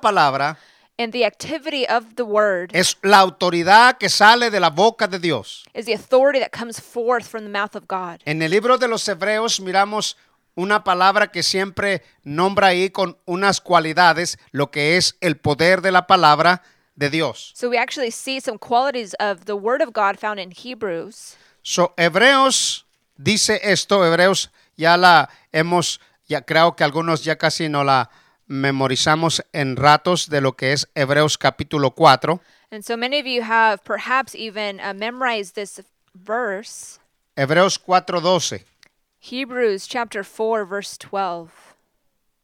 palabra and the activity of the word es la autoridad que sale de la boca de Dios. is the authority that comes forth from the mouth of God. En el libro de los Hebreos miramos una palabra que siempre nombra ahí con unas cualidades, lo que es el poder de la palabra de Dios. So we actually see some qualities of the word of God found in Hebrews. So, Hebreos dice esto, Hebreos ya la hemos, ya creo que algunos ya casi no la memorizamos en ratos de lo que es Hebreos capítulo 4. And so many of you have perhaps even uh, memorized this verse, Hebreos 4:12. Hebrews chapter 4 verse 12.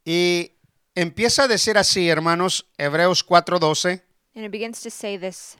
Y empieza a decir así, hermanos, Hebreos 4:12, And it begins to say this,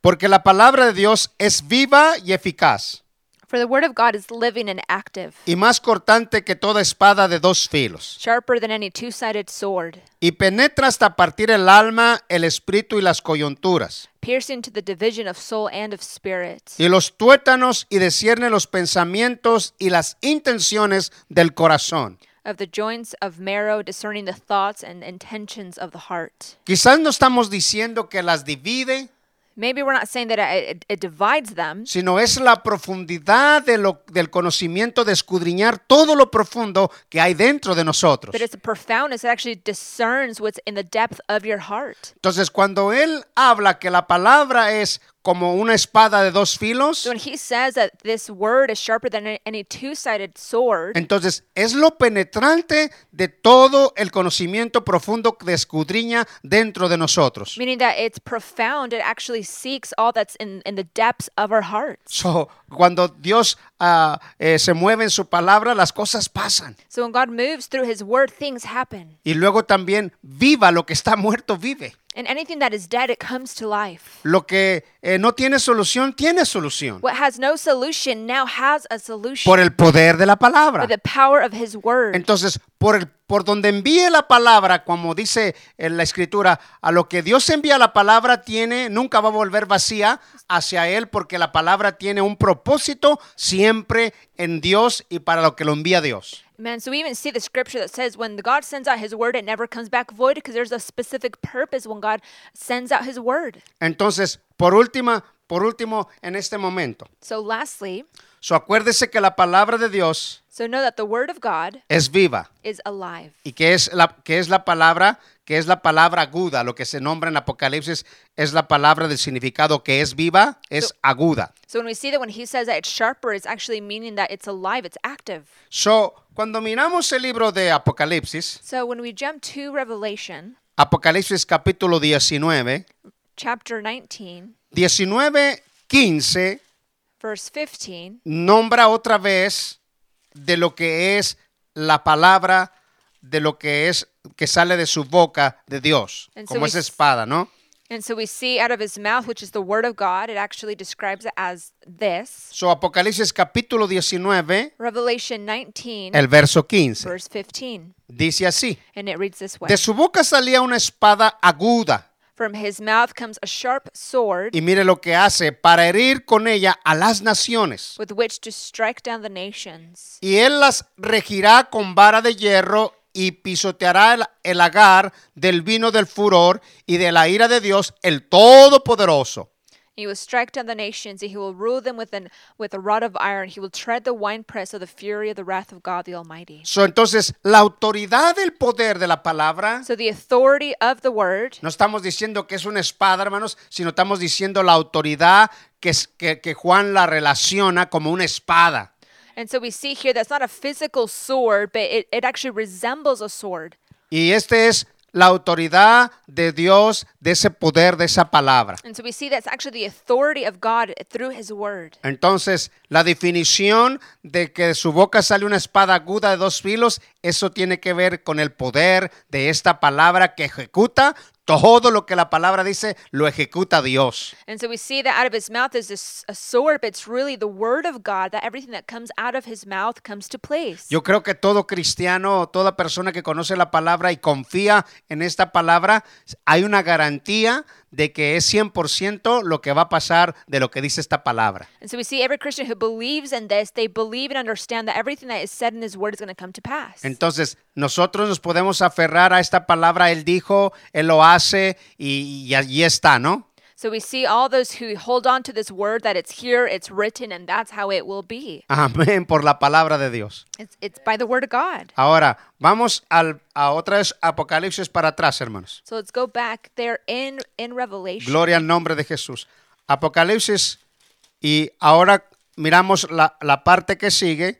porque la palabra de Dios es viva y eficaz, for the word of God is living and active, y más cortante que toda espada de dos filos, sharper than any two-sided sword, y penetra hasta partir el alma, el espíritu y las coyunturas, piercing to the division of soul and of spirit. y los tuétanos y discierne los pensamientos y las intenciones del corazón. of the joints of marrow, discerning the thoughts and intentions of the heart. Quizás no estamos diciendo que las divide, Maybe we're not saying that it, it, it divides them, sino es la profundidad de lo- del conocimiento de escudriñar todo lo profundo que hay dentro de nosotros. but it's the profoundness that actually discerns what's in the depth of your heart. Entonces, cuando él habla que la palabra es como una espada de dos filos, So when he says that this word is sharper than a- any two sided sword, entonces es lo penetrante de todo el conocimiento profundo que escudriña dentro de nosotros. meaning that it's profound, it actually seeks all that's in, in the depths of our hearts. So, cuando Dios ah, eh, se mueve en su palabra, las cosas pasan. So when God moves through his word, things happen. Y luego también viva lo que está muerto, vive. And anything that is dead, it comes to life. Lo que eh, no tiene solución, tiene solución. What has no solution now has a solution. por el poder de la palabra. by the power of his word. Entonces, por, el- por donde envíe la palabra, como dice en la escritura, a lo que Dios envía la palabra tiene, nunca va a volver vacía hacia él, porque la palabra tiene un propósito siempre en Dios y para lo que lo envía Dios. Man, so we even see the scripture that says when God sends out his word, it never comes back void because there's a specific purpose when God sends out his word. Entonces, por última, por último, en este momento. So, lastly, So, acuérdese que la palabra de Dios so know that the word of God es viva is alive. y que es la que es la palabra que es la palabra aguda, lo que se nombra en Apocalipsis es la palabra del significado que es viva, es aguda. So, when we see that when he says that it's sharper, it's actually meaning that it's alive, it's active. So, cuando miramos el libro de Apocalipsis, So, when we jump to Revelation Apocalipsis capítulo 19, chapter 19, 19, 15, verse 15, nombra otra vez de lo que es la palabra, de lo que es que sale de su boca de Dios, And so como we esa s- espada, ¿no? and so we see out of his mouth, which is the word of God, it actually describes it as this. So, Apocalipsis capítulo 19, Revelation 19, el verso 15, verse 15. dice así. And it reads this way De su boca salía una espada aguda. From his mouth comes a sharp sword Y mire lo que hace para herir con ella a las naciones. with which to strike down the nations. y él las regirá con vara de hierro y pisoteará el, el agar del vino del furor y de la ira de Dios el Todopoderoso. He will strike down the nations, and he will rule them with, an, with a rod of iron. He will tread the winepress of the fury of the wrath of God the Almighty. So, entonces, la autoridad del poder de la palabra, So, the authority of the word, no estamos diciendo que es una espada, hermanos, sino estamos diciendo la autoridad que, es- que, que Juan la relaciona como una espada. and so we see here that's not a physical sword, but it, it actually resembles a sword. Y este es la autoridad de Dios, de ese poder, de esa palabra. And so we see that's actually the authority of God through his word. Entonces, la definición de que de su boca sale una espada aguda de dos filos, eso tiene que ver con el poder de esta palabra que ejecuta todo lo que la palabra dice, lo ejecuta Dios. And so we see that out of his mouth is this, a sword, but it's really the word of God that everything that comes out of his mouth comes to place. Yo creo que todo cristiano, o toda persona que conoce la palabra y confía en esta palabra, hay una garantía de que es 100% lo que va a pasar de lo que dice esta palabra. And so we see every Christian who believes in this, they believe and understand that everything that is said in his word is going to come to pass. Entonces, nosotros nos podemos aferrar a esta palabra, Él dijo, Él lo hace y, y allí está, ¿no? so we see all those who hold on to this word that it's here, it's written, and that's how it will be. Amén por la palabra de Dios. It's, it's by the word of God. Ahora, vamos al, a otra vez Apocalipsis para atrás, hermanos. So let's go back there in, in Revelation. Gloria al nombre de Jesús. Apocalipsis y ahora miramos la, la parte que sigue.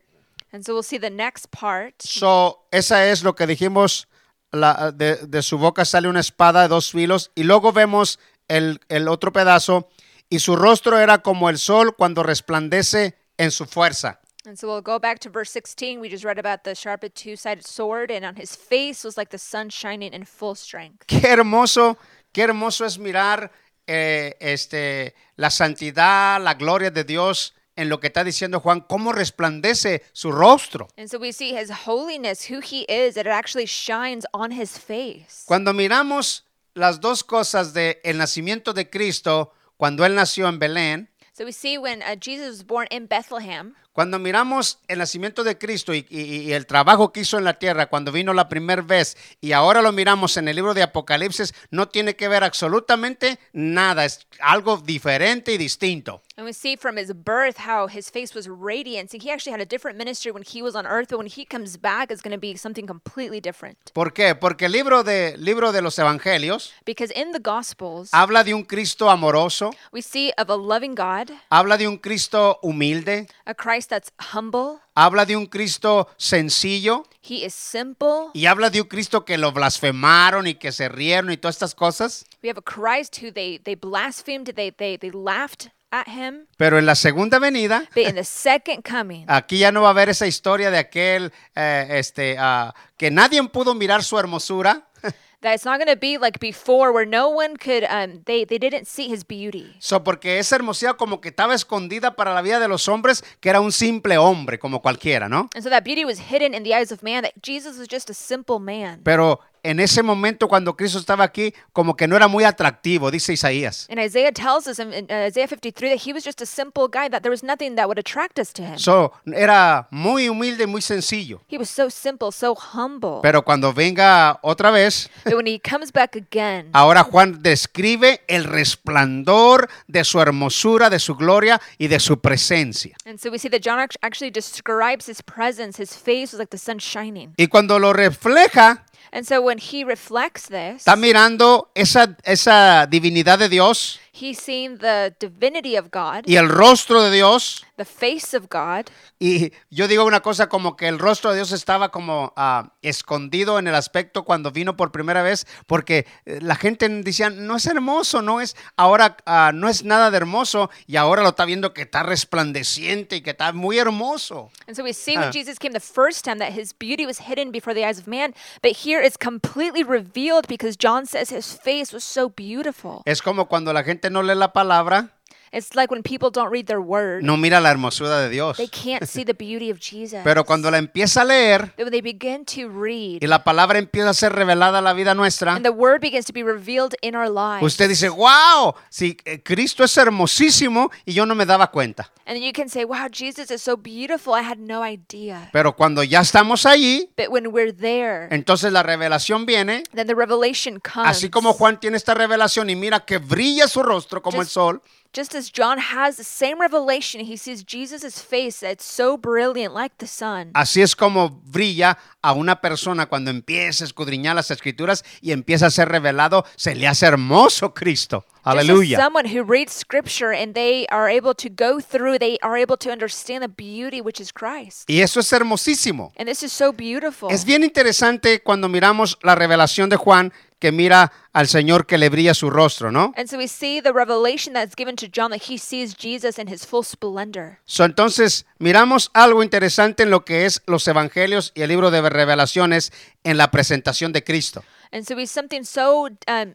And so we'll see the next part. So, esa es lo que dijimos, la- de, de su boca sale una espada de dos filos y luego vemos el, el otro pedazo y su rostro era como el sol cuando resplandece en su fuerza. And so we'll go back to verse 16. We just read about the sharp two sided sword, and on his face was like the sun shining in full strength. Qué hermoso, qué hermoso es mirar eh, este, la santidad, la gloria de Dios en lo que está diciendo Juan, cómo resplandece su rostro. And so we see his holiness, who he is, that it actually shines on his face. Cuando miramos las dos cosas del el nacimiento de Cristo, cuando Él nació en Belén, So we see when uh, Jesus was born in Bethlehem, Cuando miramos el nacimiento de Cristo y, y- y el trabajo que hizo en la tierra cuando vino la primera vez y ahora lo miramos en el libro de Apocalipsis, no tiene que ver absolutamente nada, es algo diferente y distinto. and we see from his birth how his face was radiant. And he actually had a different ministry when he was on earth, but when he comes back, it's going to be something completely different. ¿Por qué? Porque el libro de, libro de los Evangelios Because in the Gospels, habla de un Cristo amoroso, we see of a loving God, habla de un Cristo humilde, a Christ that's humble, habla de un Cristo sencillo he is simple. y habla de un Cristo que lo blasfemaron y que se rieron y todas estas cosas. We have a Christ who they they blasphemed, they they they laughed at him. Pero en la segunda venida They in the second coming, Aquí ya no va a haber esa historia de aquel eh, este, ah, que nadie pudo mirar su hermosura. that it's not going to be like before, where no one could um they they didn't see his beauty. So, porque esa hermosura como que estaba escondida para la vida de los hombres, que era un simple hombre como cualquiera, ¿no? And so that beauty was hidden in the eyes of man. That Jesus was just a simple man. Pero en ese momento cuando Cristo estaba aquí, como que no era muy atractivo, dice Isaías. And Isaiah tells us in, in uh, Isaiah 53 that he was just a simple guy. That there was nothing that would attract us to him. So, era muy humilde, muy sencillo. he was so simple, so humble. Pero cuando venga otra vez, But when he comes back again, ahora Juan describe el resplandor de su hermosura, de su gloria y de su presencia. and so we see that John act- actually describes his presence. His face was like the sun shining. Y cuando lo refleja, And so when he reflects this, está mirando esa, esa divinidad de Dios he's seeing the divinity of God, y el rostro de Dios. the face of God. Y yo digo una cosa como que el rostro de Dios estaba como ah, escondido en el aspecto cuando vino por primera vez, porque eh, la gente decía, no es hermoso, no es, ahora ah, no es nada de hermoso, y ahora lo está viendo que está resplandeciente y que está muy hermoso. And so we see when Ah. Jesus came the first time that his beauty was hidden before the eyes of man, but here it's completely revealed because John says his face was so beautiful. Es como cuando la gente no lee la palabra, It's like when people don't read their word, no mira la hermosura de Dios. they can't see the beauty of Jesus. Pero cuando la empieza a leer But when they begin to read y la palabra empieza a ser revelada a la vida nuestra, and the word begins to be revealed in our lives, Usted dice, wow, si eh, Cristo es hermosísimo y yo no me daba cuenta. and then you can say, Wow, Jesus is so beautiful. I had no idea. Pero cuando ya estamos allí, But when we're there, entonces la revelación viene. then the revelation comes. Así como Juan tiene esta revelación y mira que brilla su rostro como el Just- sol, Just as John has the same revelation, he sees Jesus' face that's so brilliant like the sun. así es como brilla a una persona cuando empieza a escudriñar las escrituras y empieza a ser revelado, se le hace hermoso Cristo. Just as Aleluya. Someone who reads scripture and they are able to go through, they are able to understand the beauty which is Christ. Y eso es hermosísimo. And this is so beautiful. Es bien interesante cuando miramos la revelación de Juan que mira al Señor que le brilla su rostro, ¿no? And so we see the revelation that's given to John that he sees Jesus in his full splendor. So, entonces, miramos algo interesante en lo que es los evangelios y el libro de revelaciones en la presentación de Cristo. And so we see something so um,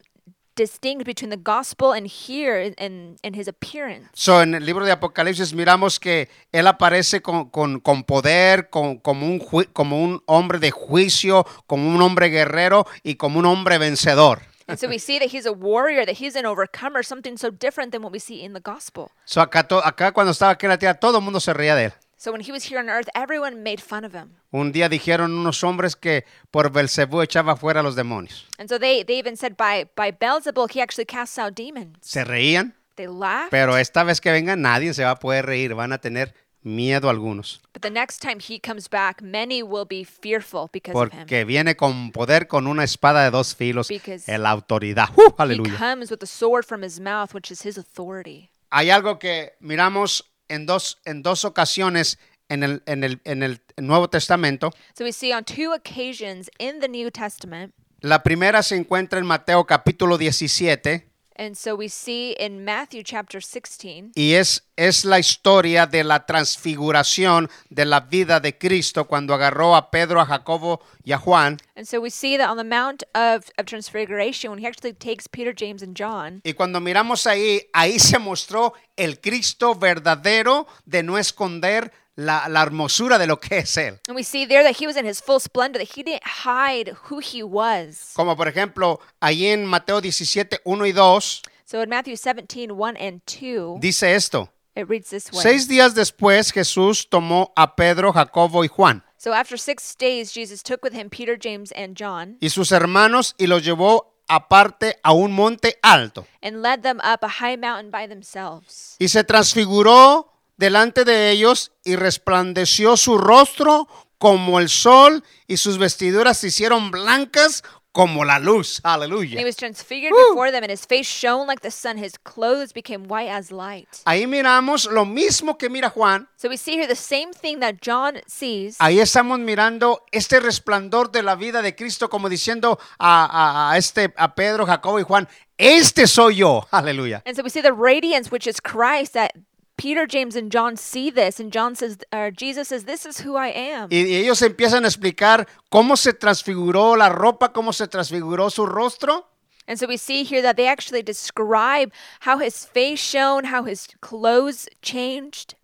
distinct between the gospel and here in, in, in his appearance. So, en el libro de Apocalipsis miramos que Él aparece con, con- con poder, con- como, un ju- como un hombre de juicio, como un hombre guerrero y como un hombre vencedor. And so we see that he's a warrior, that he's an overcomer, something so different than what we see in the gospel. So acá, to- acá cuando estaba aquí en la tierra todo el mundo se reía de él. So when he was here on earth, everyone made fun of him. Un día dijeron unos hombres que por Belcebú echaba fuera a los demonios. And so they, they even said by, by Beelzebul, he actually casts out demons. Se reían, They laughed. pero esta vez que venga nadie se va a poder reír, van a tener miedo algunos, but the next time he comes back, many will be fearful because of him. porque viene con poder, con una espada de dos filos, Because- la autoridad. ¡Uh! He Aleluya. comes with a sword from his mouth, which is his authority. Hay algo que miramos en dos, en dos ocasiones en el, en el- en el Nuevo Testamento. So we see on two occasions in the New Testament, La primera se encuentra en Mateo capítulo 17 and so we see in Matthew chapter 16, y es, es la historia de la transfiguración de la vida de Cristo cuando agarró a Pedro, a Jacobo y a Juan. and so we see that on the Mount of, of Transfiguration, when he actually takes Peter, James, and John, Y cuando miramos ahí, ahí se mostró el Cristo verdadero de no esconder la, la hermosura de lo que es Él. and we see there that he was in his full splendor, that he didn't hide who he was. Como por ejemplo, ahí en Mateo 17, 1 y 2, So in Matthew 17, 1 and 2, dice esto. it reads this way. Seis días después Jesús tomó a Pedro, Jacobo y Juan So after six days, Jesus took with him Peter, James, and John y sus hermanos y los llevó aparte a un monte alto. and led them up a high mountain by themselves. Y se transfiguró delante de ellos y resplandeció su rostro como el sol y sus vestiduras se hicieron blancas como la luz. And he Aleluya. was transfigured before them, and his face shone like the sun. His clothes became white as light. Ahí miramos lo mismo que mira Juan. So we see here the same thing that John sees. Ahí estamos mirando este resplandor de la vida de Cristo como diciendo a, a- a este, a Pedro, Jacobo y Juan, este soy yo. Aleluya. And so we see the radiance, which is Christ, that Peter, James, and John see this. And John says, or Jesus says, This is who I am. Y, y ellos empiezan a explicar cómo se transfiguró la ropa, cómo se transfiguró su rostro. And so we see here that they actually describe how his face shone, how his clothes changed.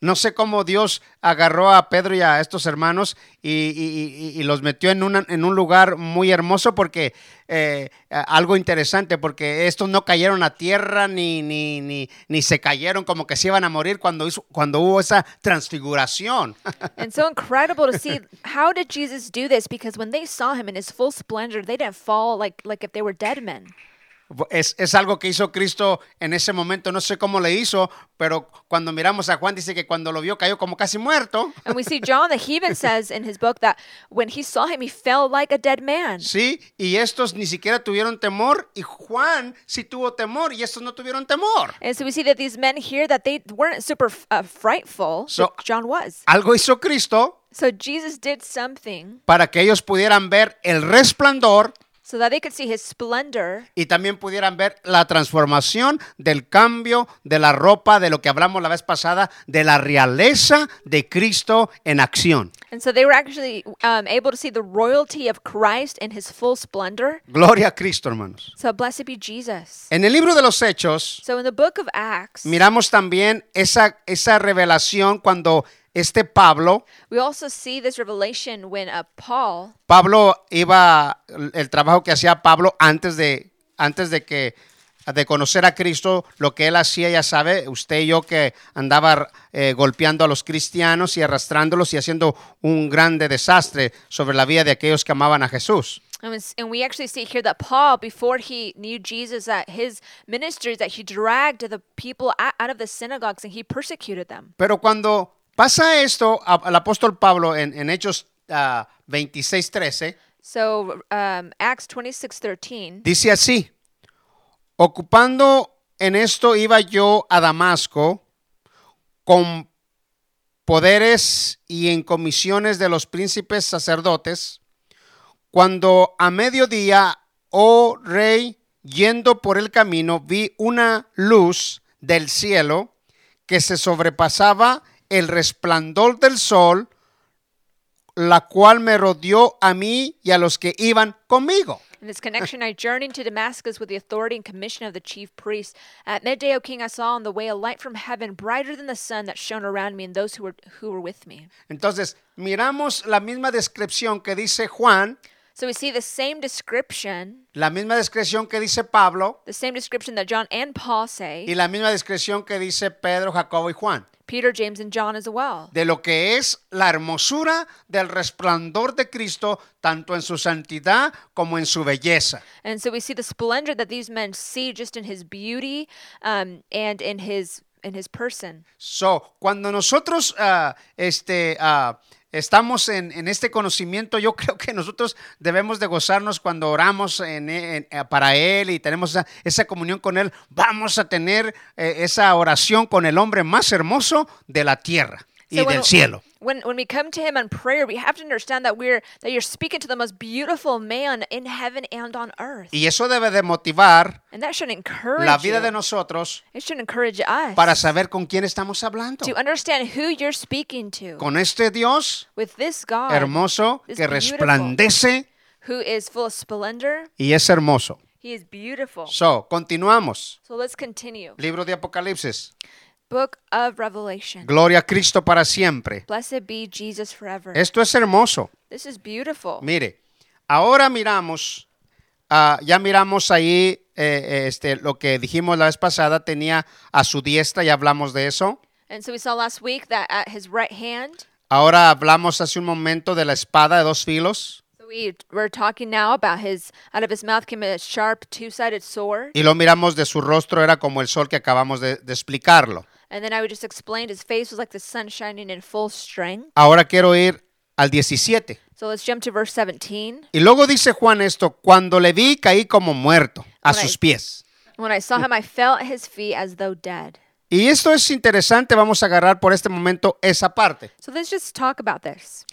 No sé cómo Dios agarró a Pedro y a estos hermanos y, y- y- y los metió en, una- en un lugar muy hermoso porque eh, a- algo interesante, porque estos no cayeron a tierra ni, ni, ni, ni se cayeron como que se iban a morir cuando, hizo- cuando hubo esa transfiguración. And so incredible to see how did Jesus do this? Because when they saw him in his full splendor, they didn't fall like like if they were dead men. Es, es algo que hizo Cristo en ese momento, no sé cómo le hizo, pero cuando miramos a Juan dice que cuando lo vio cayó como casi muerto. And we see John that he even says in his book that when he saw him, he fell like a dead man. Sí, y estos ni siquiera tuvieron temor y Juan sí tuvo temor y estos no tuvieron temor. And so we see that these men here that they weren't super uh, frightful. So- but John was. Algo hizo Cristo So Jesus did something para que ellos pudieran ver el resplandor so that they could see his splendor y también pudieran ver la transformación del cambio de la ropa, de lo que hablamos la vez pasada, de la realeza de Cristo en acción. And so they were actually um, able to see the royalty of Christ in his full splendor. Gloria a Cristo, hermanos. So blessed be Jesus. En el libro de los Hechos So in the book of Acts, miramos también esa, esa revelación cuando este Pablo, we also see this revelation when uh, Paul, Pablo iba, el trabajo que hacía Pablo antes de, antes de que de conocer a Cristo, lo que él hacía, ya sabe, usted y yo que andaba eh, golpeando a los cristianos y arrastrándolos y haciendo un grande desastre sobre la vida de aquellos que amaban a Jesús. and we- and we actually see here that Paul, before he knew Jesus, that his ministries that he dragged the people o- out of the synagogues and he persecuted them. Pero cuando pasa esto, a- al apóstol Pablo en, en Hechos ah, 26, 13, So um, Acts twenty six thirteen. Dice así, ocupando en esto iba yo a Damasco con poderes y en comisiones de los príncipes sacerdotes, cuando a mediodía, oh rey, yendo por el camino, vi una luz del cielo que se sobrepasaba el resplandor del sol, la cual me rodeó a mí y a los que iban conmigo. In this connection, I journeyed to Damascus with the authority and commission of the chief priests. At midday, O king, I saw on the way a light from heaven, brighter than the sun that shone around me and those who were who were with me. Entonces, miramos la misma descripción que dice Juan, So we see the same description, La misma descripción que dice Pablo the same description that John and Paul say, y la misma descripción que dice Pedro, Jacobo y Juan. Peter, James, and John as well. de lo que es la hermosura del resplandor de Cristo, tanto en su santidad como en su belleza. And so we see the splendor that these men see just in his beauty um, and in his in his person. So, cuando nosotros ah, este, ah, estamos en, en este conocimiento, yo creo que nosotros debemos de gozarnos cuando oramos en- en- eh, para Él y tenemos esa, esa comunión con Él. Vamos a tener eh, esa oración con el hombre más hermoso de la tierra y So del cielo. When when we come to him on prayer, we have to understand that we're that you're speaking to the most beautiful man in heaven and on earth. Y eso debe de motivar And that should encourage la vida you. de nosotros it should encourage us para saber con quién estamos hablando. to understand who you're speaking to con este Dios with this God hermoso It's que beautiful. resplandece who is full of splendor. y es hermoso. He is beautiful. So, continuamos. So let's continue. Libro de Apocalipsis. Book of Revelation. Gloria a Cristo para siempre. Blessed be Jesus forever. Esto es hermoso. This is beautiful. Mire, ahora miramos, ah, ya miramos ahí eh, este, lo que dijimos la vez pasada, tenía a su diestra, ya hablamos de eso. And so we saw last week that at his right hand, Ahora hablamos hace un momento de la espada de dos filos so we were talking now about his out of his mouth came a sharp two-sided sword. y lo miramos de su rostro, era como el sol que acabamos de- de explicarlo. And then I would just explained his face was like the sun shining in full strength. Ahora quiero ir al 17. So let's jump to verse 17. Y luego dice Juan esto, cuando le vi caí como muerto a Right. sus pies. When I saw him, I fell at his feet as though dead. Y esto es interesante, vamos a agarrar por este momento esa parte. So let's just talk about this.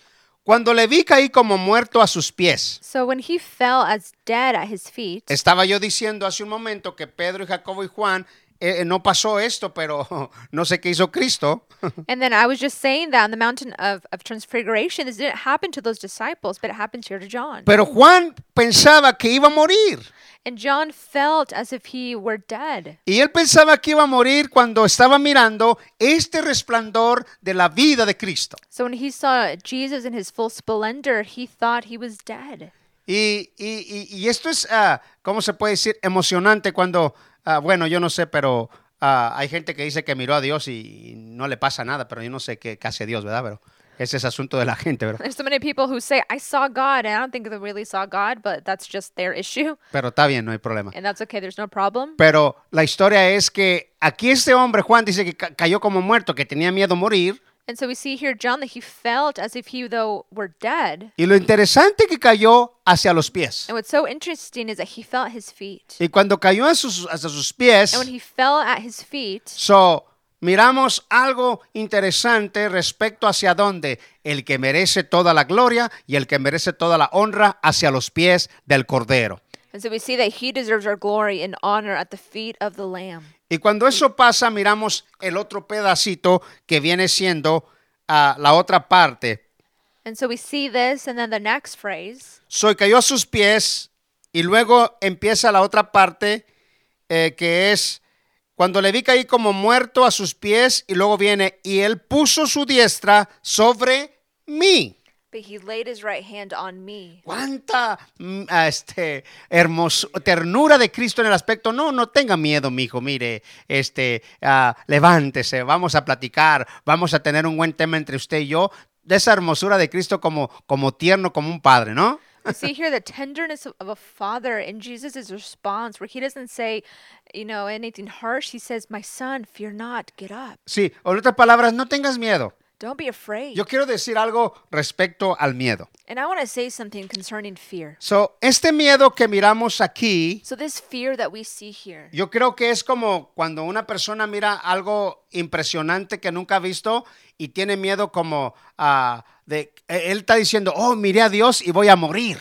Cuando le vi caí como muerto a sus pies. So when he fell as dead at his feet, Estaba yo diciendo hace un momento que Pedro y Jacobo y Juan eh, eh, no pasó esto, pero no sé qué hizo Cristo. and then I was just saying that on the mountain of, of transfiguration, this didn't happen to those disciples, but it happened here to John. Pero Juan pensaba que iba a morir. and John felt as if he were dead. Y él pensaba que iba a morir cuando estaba mirando este resplandor de la vida de Cristo. So when he saw Jesus in his full splendor, he thought he was dead. Y, y- y- y esto es, ah, ¿cómo se puede decir? Emocionante cuando, ah, bueno, yo no sé, pero ah, hay gente que dice que miró a Dios y, y no le pasa nada, pero yo no sé qué, qué hace Dios, ¿verdad? Pero ese es asunto de la gente, ¿verdad? There's so many people who say, I saw God, and I don't think they really saw God, but that's just their issue, Pero está bien, no hay problema. and that's okay, there's no problem. Pero la historia es que aquí este hombre, Juan, dice que ca- cayó como muerto, que tenía miedo a morir. And so we see here John that he felt as if he though were dead. Y lo interesante que cayó hacia los pies. And what's so interesting is that he fell at his feet. Y cuando cayó a sus- hacia sus pies, And when he fell at his feet, So, miramos algo interesante respecto hacia dónde el que merece toda la gloria y el que merece toda la honra hacia los pies del Cordero. and so we see that he deserves our glory and honor at the feet of the Lamb. Y cuando eso pasa, miramos el otro pedacito que viene siendo ah, la otra parte. And so we see this, and then the next phrase. Soy cayó a sus pies y luego empieza la otra parte eh, que es cuando le vi caí como muerto a sus pies y luego viene y él puso su diestra sobre mí. But he laid his right hand on me. cuánta mm, ah, este hermoso ternura de Cristo en el aspecto no no tenga miedo mijo mire este ah, levántese vamos a platicar vamos a tener un buen tema entre usted y yo de esa hermosura de Cristo como como tierno como un padre no We see here the tenderness of, of a father in Jesus' response, where he doesn't say, you know, anything harsh. He says, My son, fear not, get up. sí o en otras palabras no tengas miedo Don't be afraid. yo quiero decir algo respecto al miedo And I want to say something concerning fear. so este miedo que miramos aquí So, this fear that we see here, Yo creo que es como cuando una persona mira algo impresionante que nunca ha visto y tiene miedo como ah, de e- él está diciendo, "Oh, miré a Dios y voy a morir."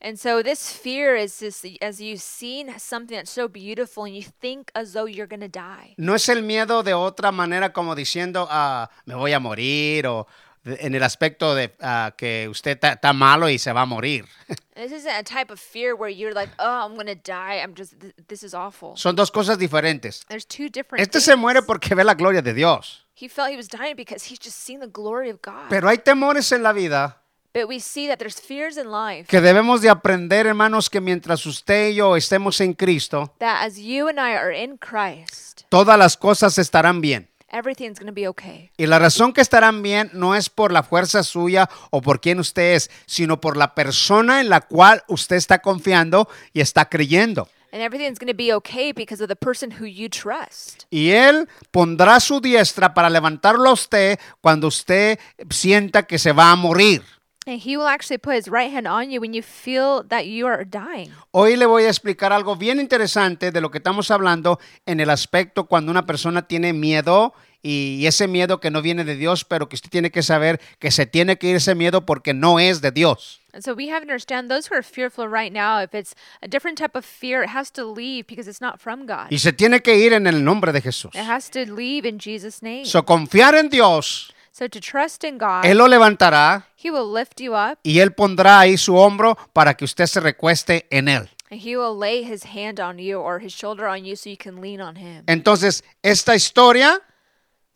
And so this fear is this as you've seen something that's so beautiful and you think as though you're gonna die. No es el miedo de otra manera como diciendo, ah, "Me voy a morir" o de- en el aspecto de ah, que usted está- está malo y se va a morir. This isn't a type of fear where you're like, oh, I'm gonna die. I'm just th- this is awful. Son dos cosas diferentes. There's two different. Este se things. muere porque ve la gloria de Dios. He felt he was dying because he's just seen the glory of God. Pero hay temores en la vida But we see that there's fears in life. que debemos de aprender, hermanos, que mientras usted y yo estemos en Cristo, That as you and I are in Christ, todas las cosas estarán bien. everything's going to be okay. Y la razón que estarán bien no es por la fuerza suya o por quién usted es, sino por la persona en la cual usted está confiando y está creyendo. And everything's going to be okay because of the person who you trust. Y Él pondrá su diestra para levantarlo a usted cuando usted sienta que se va a morir. And he will actually put his right hand on you when you feel that you are dying. Hoy le voy a explicar algo bien interesante de lo que estamos hablando en el aspecto cuando una persona tiene miedo y ese miedo que no viene de Dios, pero que usted tiene que saber que se tiene que ir ese miedo porque no es de Dios. And so we have to understand those who are fearful right now, if it's a different type of fear, it has to leave because it's not from God. Y se tiene que ir en el nombre de Jesús. It has to leave in Jesus' name. So, confiar en Dios, so to trust in God, Él lo levantará He will lift you up y Él pondrá ahí su hombro para que usted se recueste en Él. and He will lay His hand on you or His shoulder on you so you can lean on Him. Entonces, esta historia,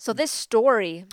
So this story,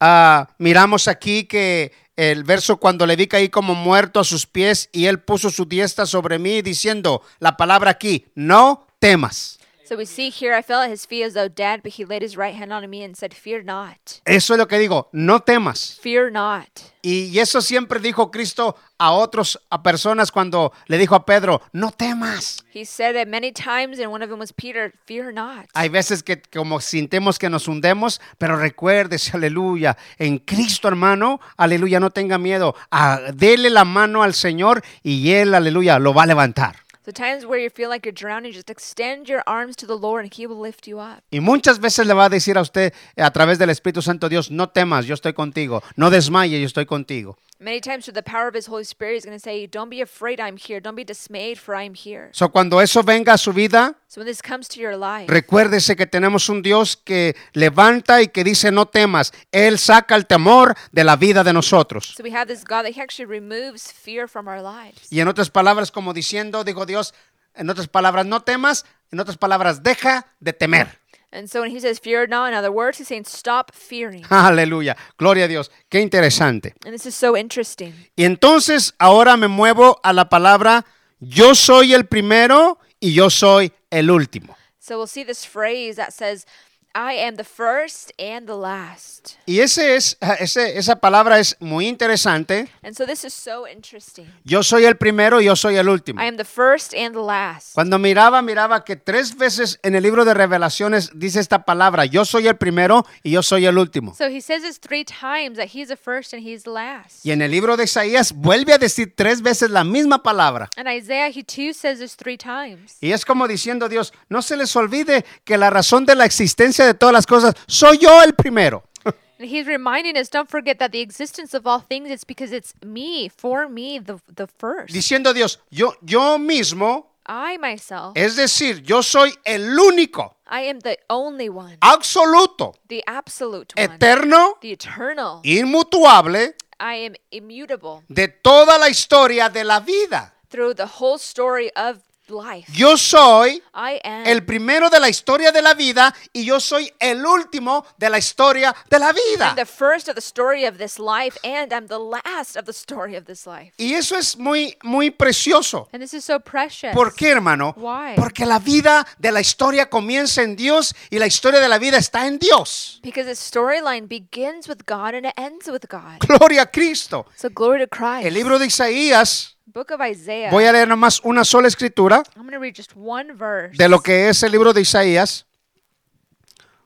ah, miramos aquí que el verso cuando le vi caí como muerto a sus pies y Él puso su diestra sobre mí diciendo la palabra aquí, no temas. so we see here, I fell at His feet as though dead, but He laid His right hand on me and said, Fear not, Eso es lo que digo, no temas. fear not. Y y eso siempre dijo Cristo a otros, a personas cuando le dijo a Pedro, no temas. He said that many times, and one of them was Peter, Fear not. Hay veces que como sintemos que nos hundemos, pero recuérdese, aleluya, en Cristo hermano, aleluya, no tenga miedo, Ah, dele la mano al Señor y Él, aleluya, lo va a levantar. So times where you feel like you're drowning, just extend your arms to the Lord and He will lift you up. Y muchas veces le va a decir a usted eh, a través del Espíritu Santo Dios, no temas, yo estoy contigo, no desmaye, yo estoy contigo. Many times through the power of His Holy Spirit, He's going to say, Don't be afraid, I'm here. Don't be dismayed, for I'm here. So, cuando eso venga a su vida, So when this comes to your life, recuérdese que tenemos un Dios que levanta y que dice, no temas. Él saca el temor de la vida de nosotros. so we have this God that He actually removes fear from our lives. Y en otras palabras, como diciendo, dijo Dios, en otras palabras, no temas, en otras palabras, deja de temer. And so when He says, Fear not, in other words, He's saying, Stop fearing. Aleluya, gloria a Dios, qué interesante. And this is so interesting. Y entonces ahora me muevo a la palabra, yo soy el primero y yo soy el último. So we'll see this phrase that says, I am the first and the last. Y ese es, ese- esa palabra es muy interesante. And so this is so interesting. Yo soy el primero y yo soy el último. I am the first and the last. Cuando miraba, miraba que tres veces en el libro de revelaciones dice esta palabra, yo soy el primero y yo soy el último. So he says this three times that he's the first and he's the last. Y en el libro de Isaías vuelve a decir tres veces la misma palabra. And Isaiah, he too says this three times. Y es como diciendo Dios, no se les olvide que la razón de la existencia de todas las cosas soy yo el primero. And he's reminding us, don't forget that the existence of all things, it's because it's me, for me, the, the first. Diciendo Dios, yo, yo mismo, I myself, es decir, yo soy el único, I am the only one, absoluto, the absolute one, eterno, the eternal. inmutable I am immutable de toda la historia de la vida. through the whole story of life. Yo soy I el am primero de la historia de la vida y yo soy el último de la historia de la vida. I'm the first of the story of this life, and I'm the last of the story of this life. Y eso es muy, muy precioso. And this is so precious. ¿Por qué, hermano? Why? Porque la vida de la historia comienza en Dios y la historia de la vida está en Dios. Because the storyline begins with God and it ends with God. Gloria a Cristo. So glory to Christ. El libro de Isaías, Book of Isaiah. voy a leer nomás una sola escritura I'm going to read just one verse. de lo que es el libro de Isaías.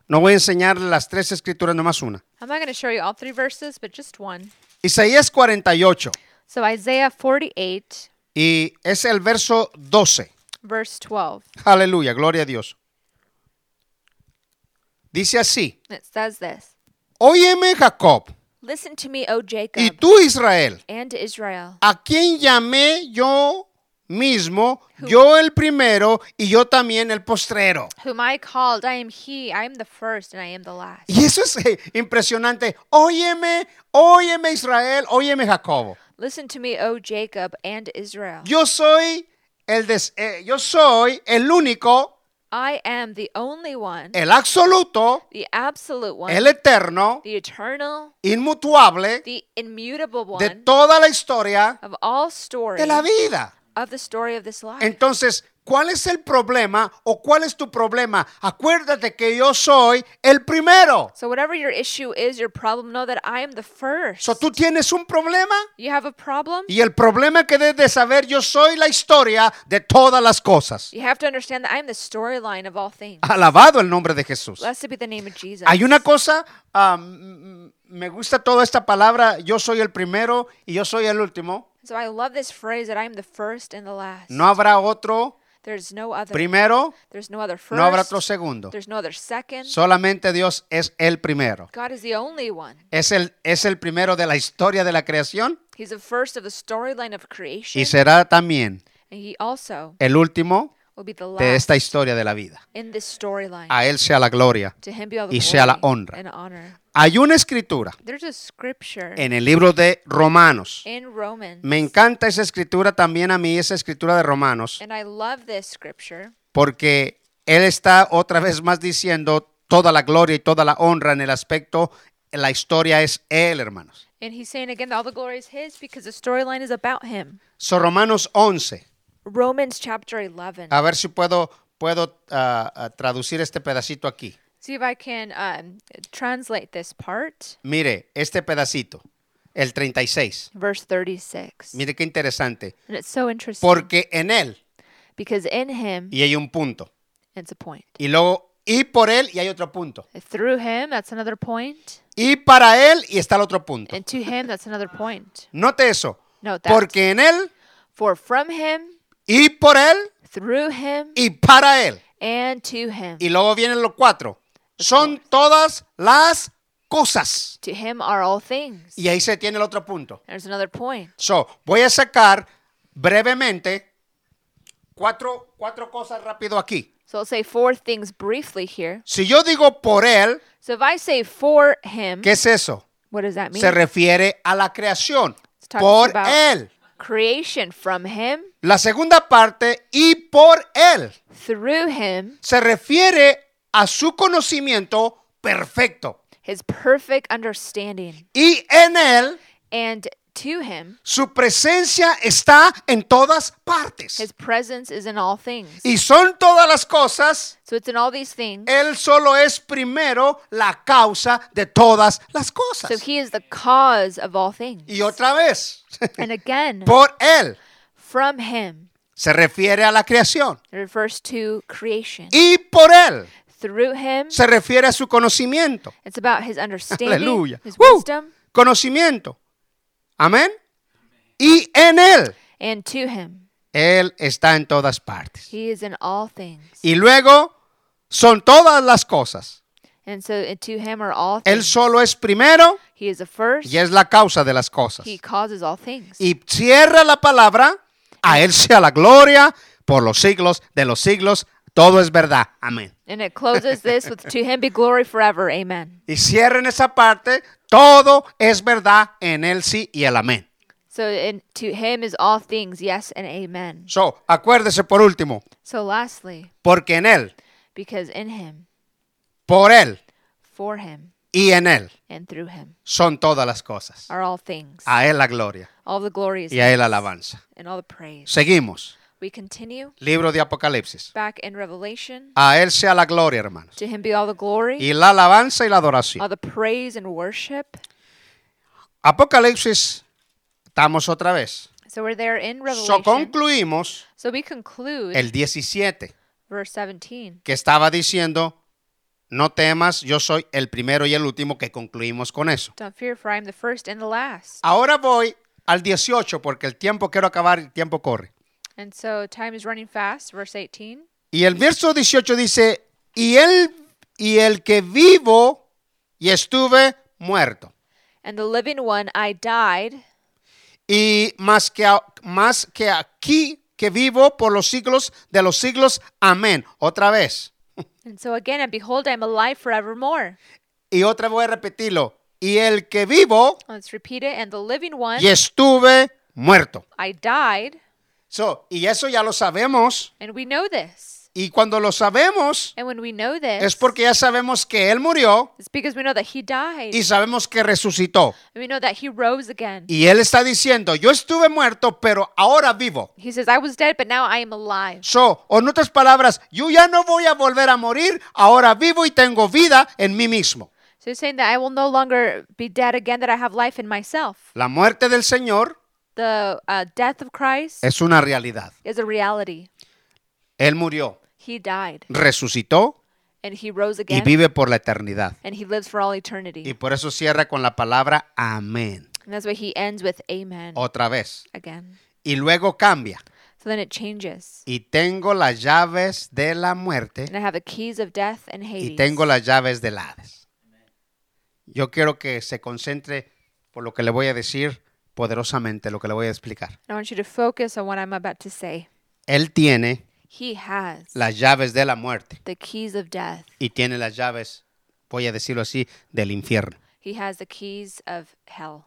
No voy a enseñar las tres escrituras, nomás una. I'm not going to show you all three verses, but just one. Isaías 48 So Isaiah 48, y es el verso 12. verse 12. Aleluya, gloria a Dios. Dice así, It says this óyeme Jacob Listen to me, O y Jacob tú Israel, and Israel, a quien llamé yo mismo, yo el primero y yo también el postrero. whom I called. I am he. I am the first and I am the last. Y eso es eh, impresionante. Óyeme, óyeme Israel, óyeme Jacobo. Listen to me, O Jacob and Israel. Yo soy el des- eh, yo soy el único I am the only one, el absoluto, the absolute one, el eterno, the eternal, inmutable the immutable de one toda la historia of all story de la vida. of the story of this life. Entonces, ¿cuál es el problema o cuál es tu problema? Acuérdate que yo soy el primero. So whatever your issue is, your problem, know that I am the first. So, ¿Tú tienes un problema? you have a problem? Y el problema que debes de saber, yo soy la historia de todas las cosas. You have to understand that I am the storyline of all things. Alabado el nombre de Jesús. Blessed be the name of Jesus. Ah, Hay una cosa, ah, mm, mm, me gusta toda esta palabra, yo soy el primero y yo soy el último. so I love this phrase that I am the first and the last. No habrá otro There's no other. primero, There's no other first. no habrá otro segundo. There's no other second. Solamente Dios es el primero. God is the only one. Es el, es el primero de la historia de la creación He's the first of the storyline of creation. y será también and he also el último will be the de last esta historia de la vida. in this storyline. A Él sea la gloria. to him be all the y sea la glory honra. and honor. Hay una escritura There's a scripture en el libro de Romanos. in Romans, Me encanta esa escritura también a mí, esa escritura de Romanos, and I love this scripture porque Él está otra vez más diciendo toda la gloria y toda la honra en el aspecto, la historia es Él, hermanos. And he's saying again that all the glory is his because the storyline is about him. So, Romanos 11. Romans chapter 11. A ver si puedo, puedo ah, ah, traducir este pedacito aquí. See if I can um, translate this part. Mire, este pedacito, el 36. Verse 36. Mire qué interesante. And it's so interesting Porque en Él, because in him, y hay un punto. it's a point. Y luego, y por Él, y hay otro punto. Through him, that's another point. Y para Él, y está el otro punto. And to him, that's another point. Note eso. Note that. Porque en Él, For from him, y por Él, through him, y para Él. and to him. Y luego vienen los cuatro. Son todas las cosas. To him are all things. Y ahí se tiene el otro punto. There's another point. So, voy a sacar brevemente cuatro, cuatro cosas rápido aquí. So I'll say four things briefly here. Si yo digo por Él, So if I say for him, ¿qué es eso? what does that mean? Se refiere a la creación. It's talking Por about- Él. creation from him, La segunda parte, y por Él, through him, se refiere a su conocimiento perfecto. his perfect understanding, Y en Él, and to him, su presencia está en todas partes. his presence is in all things. Y son todas las cosas. So it's in all these things. Él solo es primero la causa de todas las So cosas. he is the cause of all things. Y otra vez, And again, por Él from him, se refiere a la creación. it refers to creation. Y por Él Through him, se refiere a su conocimiento. it's about his understanding, Aleluya. his Woo. wisdom, Conocimiento. Amén. Y en Él. and to him, Él está en todas partes. he is in all things. Y luego son todas las cosas. And so and to him are all Él things. solo es primero He is the first. y es la causa de las cosas. He causes all things. Y cierra la palabra, a Él sea la gloria por los siglos de los siglos. Todo es verdad. Amén. And it closes this with to him be glory forever. Amen. Y cierren esa parte, todo es verdad en el sí y el amén. So in, to him is all things, yes and amen. So, acuérdese por último, So lastly, porque en Él, because in him, por Él for him, y en Él and through him son todas las cosas. are all things. A Él la gloria All the glory is y a Él his, Ah. la alabanza. and all the praise. Seguimos. We continue Libro de Apocalipsis. back in Revelation. A Él sea la gloria, hermanos. To him be all the glory, Y la alabanza y la adoración. all the praise and worship. Apocalipsis, estamos otra vez. So we're there in So Revelation. concluimos So we conclude el 17, verse 17 que estaba diciendo, no temas, yo soy el primero y el último, que concluimos con eso. Don't fear, for I am the first and the last. Ahora voy al 18, porque el tiempo quiero acabar, el tiempo corre. And so time is running fast. Verse 18. Y el verso 18 dice, y él, y el que vivo y estuve muerto. And the living one, I died. y más que, a- más que aquí que vivo por los siglos de los siglos. Amén. Otra vez. And so again, and behold, I am alive forevermore. Y otra voy a repetirlo. Y el que vivo Oh, Let's repeat it. And the living one, y estuve muerto. I died. So, y eso ya lo sabemos, And we know this. Y cuando lo sabemos, And when we know this, es porque ya sabemos que Él murió it's because we know that he died. y sabemos que resucitó. And we know that he rose again. Y Él está diciendo, yo estuve muerto, pero ahora vivo. He says, I was dead, but now I am alive. So, o en otras palabras, yo ya no voy a volver a morir, ahora vivo y tengo vida en mí mismo. So he's saying that I will no longer be dead again, that I have life in myself. La muerte del Señor The uh, death of Christ es una realidad. is a reality. Él murió, He died resucitó and he rose y again vive por la eternidad. and he lives for all eternity. Y por eso cierra con la palabra amén. And that's why he ends with amen Otra vez. again. Y luego cambia. So then it changes. Y tengo las llaves de la muerte And I have the keys of death and y Hades. tengo las llaves del Hades. Yo quiero que se concentre por lo que le voy a decir poderosamente, lo que le voy a explicar. I want you to focus on what I'm about to say. Él tiene He has las llaves de la muerte the keys of death. y tiene las llaves, voy a decirlo así, del infierno. He has the keys of hell.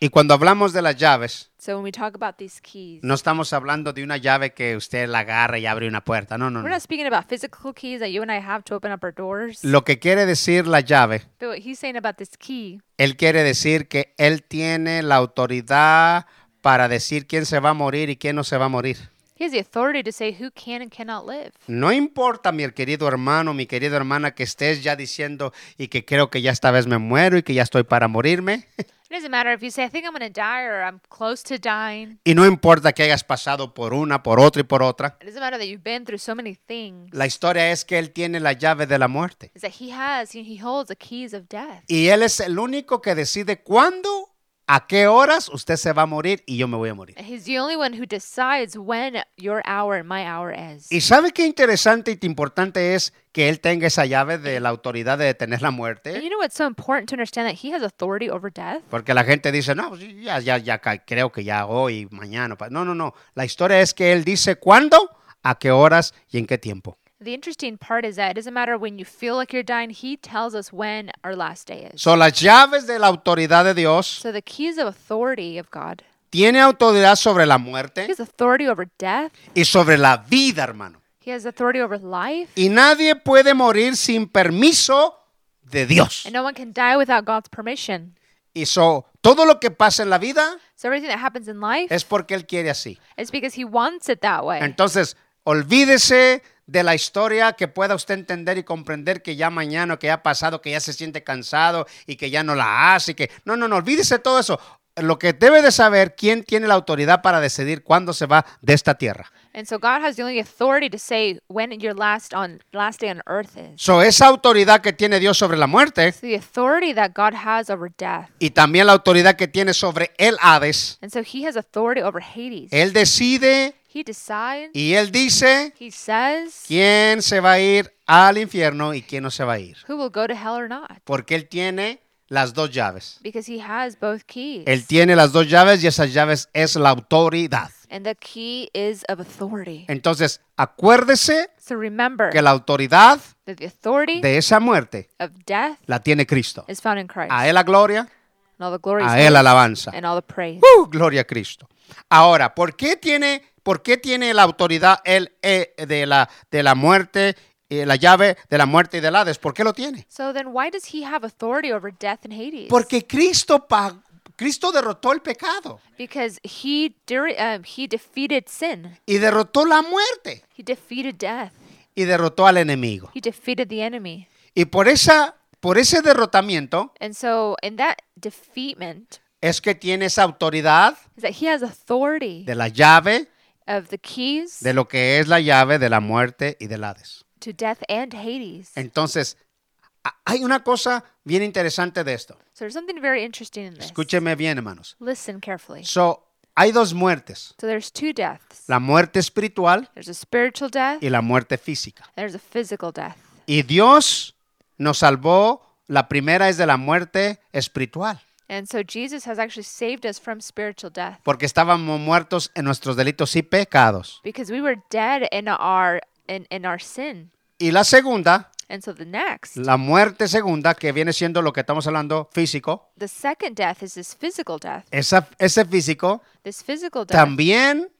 Y cuando hablamos de las llaves, So when we talk about these keys, no estamos hablando de una llave que usted la agarra y abre una puerta. No, no, we're no. not speaking about physical keys that you and I have to open up our doors. Lo que quiere decir la llave But what he's saying about this key Él quiere decir que él tiene la autoridad para decir quién se va a morir y quién no se va a morir. He has the authority to say who can and cannot live. No importa, mi querido hermano, mi querida hermana, que estés ya diciendo y que creo que ya esta vez me muero y que ya estoy para morirme. It doesn't matter if you say, I think I'm going to die or I'm close to dying. Y no importa que hayas pasado por una, por otra y por otra. It doesn't matter that you've been through so many things. La historia es que él tiene la llave de la muerte. Is that he has, he, he holds the keys of death. Y él es el único que decide cuándo, a qué horas usted se va a morir y yo me voy a morir. And He's the only one who decides when your hour and my hour is. ¿Y sabe qué interesante y importante es que él tenga esa llave de la autoridad de detener la And muerte? you know what's so important to understand that he has authority over death? Porque la gente dice, no, pues, ya, ya, ya, ca- creo que ya hoy, mañana. pa-". No, no, no. La historia es que él dice cuándo, a qué horas y en qué tiempo. The interesting part is that it doesn't matter when you feel like you're dying, he tells us when our last day is. Son las llaves de la autoridad de Dios. So the keys of authority of God. Tiene autoridad sobre la He muerte has authority over death. y sobre la vida, hermano. He has authority over life. Y nadie puede morir sin permiso de Dios. And no one can die without God's permission. Y so, todo lo que pasa en la vida So everything that happens in life es porque él quiere así. is because he wants it that way. Entonces, olvídese de la historia que pueda usted entender y comprender que ya mañana, que ya ha pasado, que ya se siente cansado y que ya no la hace. y que No, no, no, olvídese de todo eso. Lo que debe de saber quién tiene la autoridad para decidir cuándo se va de esta tierra. And so God has the only authority to say when your last on last day on earth is. So, esa autoridad que tiene Dios sobre la muerte So the authority that God has over death. y también la autoridad que tiene sobre el Hades, And so he has authority over Hades. Él decide He decides, y Él dice he says quién se va a ir al infierno y quién no se va a ir. who will go to hell or not Porque Él tiene las dos llaves. because he has both keys. Él tiene las dos llaves y esas llaves es la autoridad. and the key is of authority. Entonces, acuérdese So remember que la autoridad that the authority de esa muerte of death la tiene Cristo. is found in Christ. A Él la gloria, and all the glory is a Él la his, alabanza. and all the praise. ¡Uh! Gloria a Cristo. Ahora, ¿por qué tiene, por qué tiene la autoridad él eh, de, la, de la muerte, eh, la llave de la muerte y del Hades? ¿Por qué lo tiene? So then why does he have authority over death and Hades? Porque Cristo, pag- Cristo derrotó el pecado because he de- um, he defeated sin. y derrotó la muerte He defeated death. y derrotó al enemigo. He defeated the enemy. Y por, esa, por ese derrotamiento And so in that defeatment es que tiene esa autoridad is that he has authority de la llave, of the keys de lo que es la llave de la muerte y del Hades. to death and Hades. Entonces, a- hay una cosa bien interesante de esto. so there's something very interesting in this. Escúcheme bien, hermanos. Listen carefully. So, hay dos muertes, So there's two deaths. la muerte espiritual There's a spiritual death y la muerte física. and there's a physical death. Y Dios nos salvó, la primera es de la muerte espiritual, And so Jesus has actually saved us from spiritual death porque estábamos muertos en nuestros delitos y pecados. because we were dead in our in, in our sin. Y la segunda, And so the next, la muerte segunda, que viene siendo lo que estamos hablando físico, the second death is this physical death. esa- ese físico This physical death. También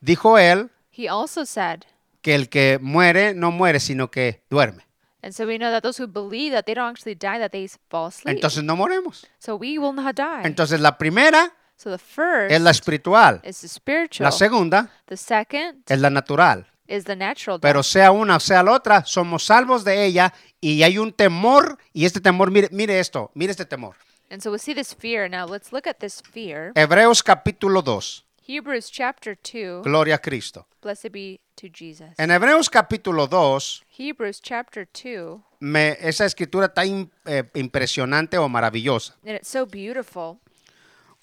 dijo él He also said que el que muere no muere, sino que duerme. And so we know that those who believe that they don't actually die, that they s- fall asleep. Entonces no moremos. so we will not die. Entonces la primera so the first es la espiritual, is the spiritual. la segunda the second es la natural. is the natural. death. Pero sea una o sea la otra, somos salvos de ella y hay un temor y este temor, mire, mire esto, mire este temor. and so we see this fear. Now let's look at this fear. Hebreos capítulo 2, Hebrews chapter 2. gloria a Cristo. Blessed be to Jesus. En Hebreos capítulo 2, Hebrews chapter 2. me- esa escritura está im- eh, impresionante o maravillosa. And it's so beautiful.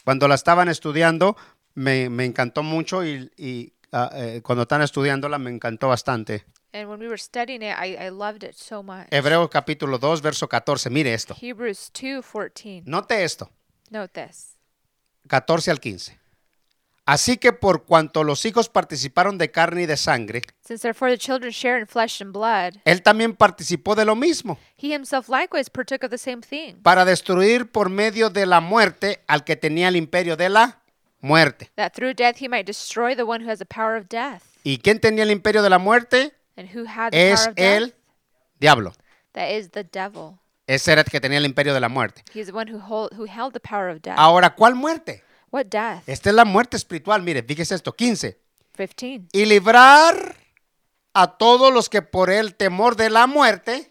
Cuando la estaban estudiando, me, me encantó mucho y, y, ah, eh, cuando están estudiándola me encantó bastante. And when we were studying it, I, I loved it so much. Hebreos capítulo 2, verso 14. Mire esto. Hebrews 2:14. Note esto. Note this. 14 al 15. Así que por cuanto los hijos participaron de carne y de sangre, Since therefore the children share in flesh and blood, él también participó de lo mismo, he himself likewise partook of the same thing, para destruir por medio de la muerte al que tenía el imperio de la muerte. that through death he might destroy the one who has the power of death. ¿Y quién tenía el imperio de la muerte? And who had the Es power of death? el diablo. That is the devil. Ese era el que tenía el imperio de la muerte. He's the one who hold, who held the power of death. Ahora, ¿cuál muerte? What death? Esta es la muerte espiritual. Mire, fíjese esto, 15. 15. y librar a todos los que por el temor de la muerte,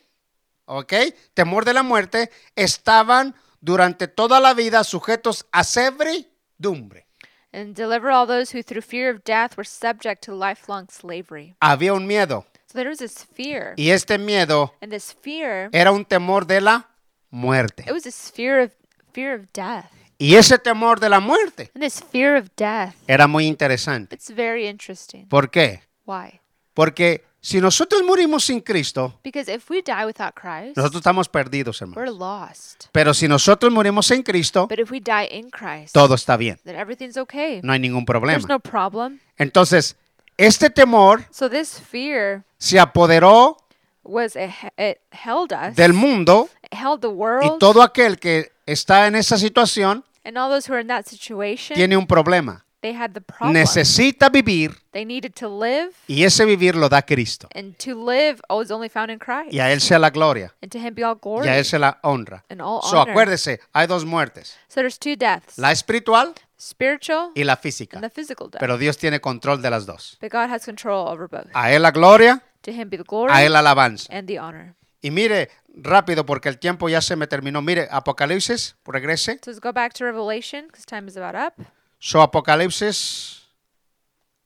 ¿ok? Temor de la muerte, estaban durante toda la vida sujetos a servidumbre. And deliver all those who through fear of death were subject to lifelong slavery. Había un miedo So there was this fear. y este miedo And this fear, era un temor de la it muerte. was this fear of fear of death. Y ese temor de la muerte And this fear of death, era muy interesante. it's very interesting. ¿Por qué? Why? Porque si nosotros morimos sin Cristo, Because if we die without Christ, nosotros estamos perdidos, we're hermano. lost. Pero si nosotros morimos en Cristo, But if we die in Christ, todo está bien. then everything's okay. No hay ningún There's problema. no problem. Entonces, este temor So this fear se apoderó was it, he- it held us, del mundo it held the y world, todo aquel que está en esa situación and all those who are in that situation, tiene un problema. they had the problem. Necesita vivir they needed to live, y ese vivir lo da Cristo. and to live was only found in Christ. Y a Él sea la gloria And to Him be all glory. y a Él se la honra. And all So, honor. acuérdese, hay dos muertes, So there's two deaths, la espiritual spiritual y la and física. the physical death. Pero Dios tiene control de las dos. But God has control over both. A Él la gloria, To Him be the glory a Ah, Él la alabanza. and the honor. Y mire, rápido, porque el tiempo ya se me terminó. Mire, Apocalipsis, regrese. So let's go back to Revelation because time is about up. So Apocalipsis,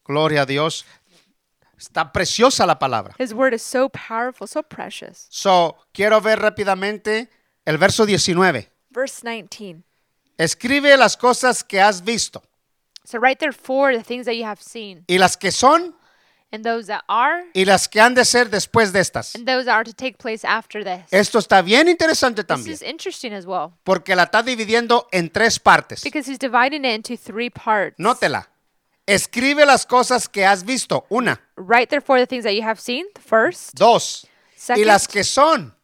gloria a Dios. Está preciosa la palabra. His word is so powerful, so precious. So quiero ver rápidamente el verso 19. Verse 19. Escribe las cosas que has visto So right there for the things that you have seen, y las que son and those that are, y las que han de ser después de estas. and those that are to take place after this. Esto está bien interesante This también is interesting as well porque la está dividiendo en tres partes. because he's dividing it into three parts. Nótela. Escribe las cosas que has visto. Una, Right there for the things that you have seen, the first, dos. Y Second. las que son.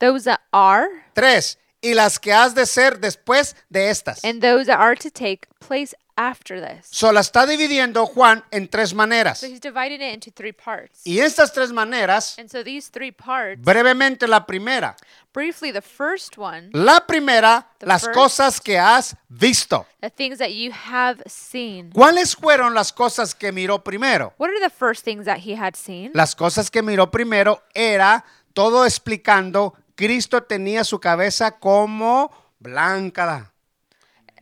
those that are, Tres. Y las que has de ser después de estas. and those that are to take place after this. So la está dividiendo Juan en tres maneras. So he's dividing it into three parts. Y estas tres maneras, And so these three parts, brevemente la primera. briefly, the first one, La primera, The las first. cosas que has visto. the things that you have seen. ¿Cuáles fueron las cosas que miró primero? What are the first things that he had seen? Las cosas que miró primero era todo explicando, Cristo tenía su cabeza como blanca,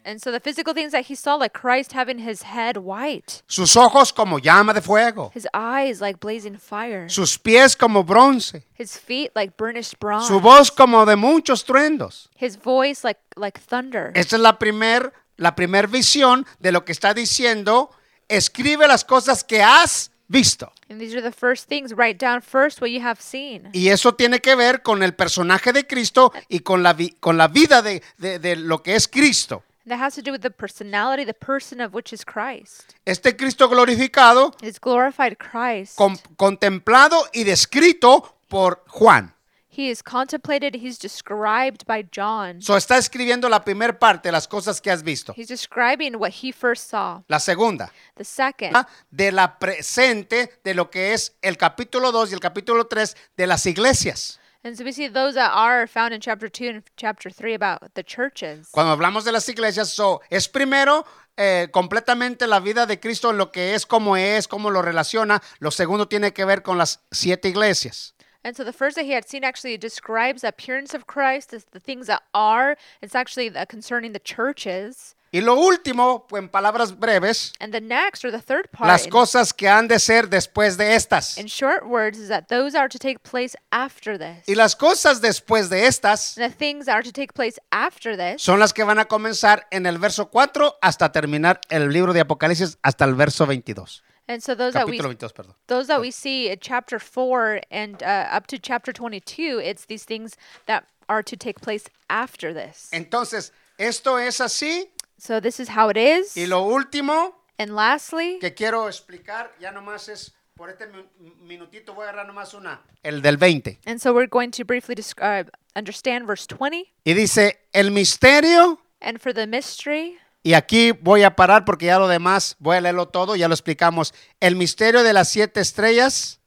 And so the physical things that he saw, like Christ having his head white, sus ojos como llama de fuego, his eyes like blazing fire, sus pies como bronce, his feet like burnished bronze, su voz como de muchos truendos. his voice like like thunder. Esta es la primer, la primer visión de lo que está diciendo. Escribe las cosas que has visto. And these are the first things. Write down first what you have seen. Y eso tiene que ver con el personaje de Cristo y con la, vi- con la vida de, de- de lo que es Cristo. And that has to do with the personality, the person of which is Christ. Este Cristo glorificado, It's glorified Christ. con- contemplado y descrito por Juan. He is contemplated, he's described by John. So está escribiendo la primera parte, las cosas que has visto. He's describing what he first saw. La segunda, The second, ah, de la presente de lo que es el capítulo 2 y el capítulo 3 de las iglesias. and so we see those that are found in chapter 2 and chapter 3 about the churches. Cuando hablamos de las iglesias, so, es primero eh, completamente la vida de Cristo en lo que es, cómo es, cómo lo relaciona. Lo segundo tiene que ver con las siete iglesias. And so the first that he had seen actually describes the appearance of Christ, it's the things that are. It's actually the, concerning the churches. Y lo último, pues, en palabras breves, And the next, or the third part, las in- cosas que han de ser después de estas. in short words, is that those are to take place after this. Y las cosas después de estas And the things that are to take place after this son las que van a comenzar en el verso 4 hasta terminar el libro de Apocalipsis hasta el verso 22. And so those that we Capítulo 22, perdón. those that we see in chapter 4 and uh, up to chapter 22, it's these things that are to take place after this. Entonces, esto es así. so this is how it is. Y lo último and lastly, que quiero explicar, ya nomás es, por este mi- minutito voy a agarrar nomás una, el del 20. and so we're going to briefly describe understand verse 20 Y dice, el misterio, and for the mystery y aquí voy a parar porque ya lo demás, voy a leerlo todo, ya lo explicamos, el misterio de las siete estrellas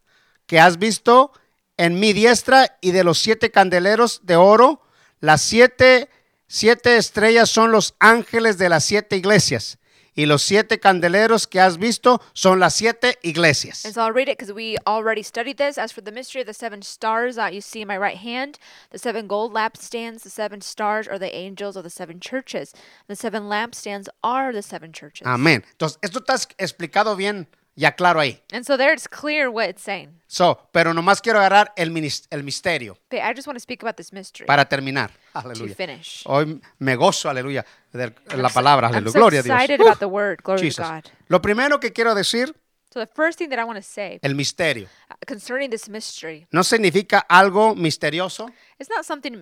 que has visto en mi diestra y de los siete candeleros de oro, las siete, siete estrellas son los ángeles de las siete iglesias. Y los siete candeleros que has visto son las siete iglesias. And so I'll read it because we already studied this. As for the mystery of the seven stars that you see in my right hand, the seven gold lampstands, the seven stars are the angels of the seven churches. The seven lampstands are the seven churches. Amén. Entonces, esto está es- explicado bien, ya claro ahí. And so there it's clear what it's saying. So, pero nomás quiero agarrar el, minis- el misterio But I just want to speak about this mystery para terminar. to Aleluya. finish. Hoy me gozo, aleluya, de I'm la so- palabra, I'm aleluya. so Gloria a excited Dios. about Uf, the word. Glory to Jesus. God. Lo primero que quiero decir, So the first thing that I want to say el misterio. uh, concerning this mystery, No significa algo misterioso, it's not something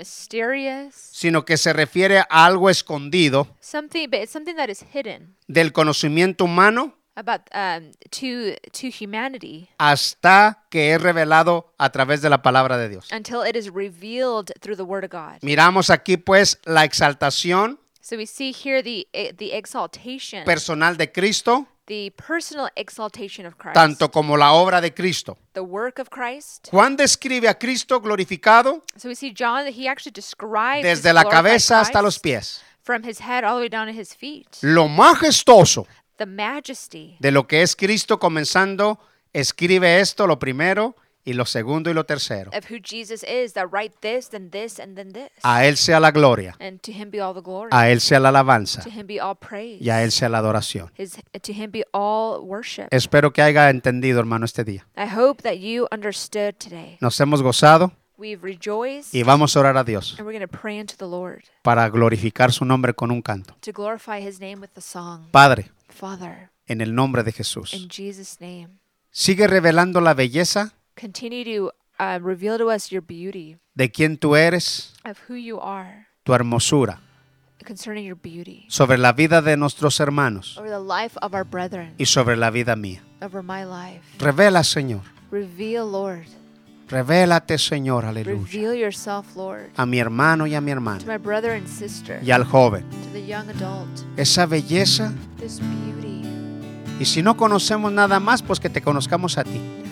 mysterious, sino que se refiere a algo escondido something, but it's something that is hidden del conocimiento humano about um, to to humanity. hasta que es revelado a través de la palabra de Dios. until it is revealed through the word of God. Miramos aquí pues la exaltación So we see here the eh, the exaltation, personal de Cristo, the personal exaltation of Christ, tanto como la obra de Cristo. the work of Christ. Juan describe a Cristo glorificado So we see John that he actually describes this desde la glorified cabeza hasta los Christ pies. from his head all the way down to his feet. Lo majestuoso The majesty. de lo que es Cristo comenzando, escribe esto lo primero y lo segundo y lo tercero. Of who Jesus is, that write this, then this, and then this. A Él sea la gloria, and to him be all the glory. a Él sea la alabanza to him be all praise. y a Él sea la adoración. His, to him be all worship. Espero que haya entendido, hermano, este día. I hope that you understood today. Nos hemos gozado We've rejoiced. y vamos a orar a Dios And we're going to pray unto the Lord para glorificar su nombre con un canto. to glorify his name with the song. Padre, Father, en el nombre de Jesús, in Jesus' name, sigue revelando la belleza continue to uh, reveal to us your beauty de quién tú eres, of who you are tu hermosura. concerning your beauty sobre la vida de nuestros hermanos over the life of our brethren, y sobre la vida mía. over my life. Revela, Señor. Reveal, Lord. Revélate, Señor, aleluya. Reveal yourself, Lord, A mi hermano y a mi to hermana my brother and sister, y al joven. to the young adult. Esa belleza. This beauty. Y si no conocemos nada más, pues que te conozcamos a ti.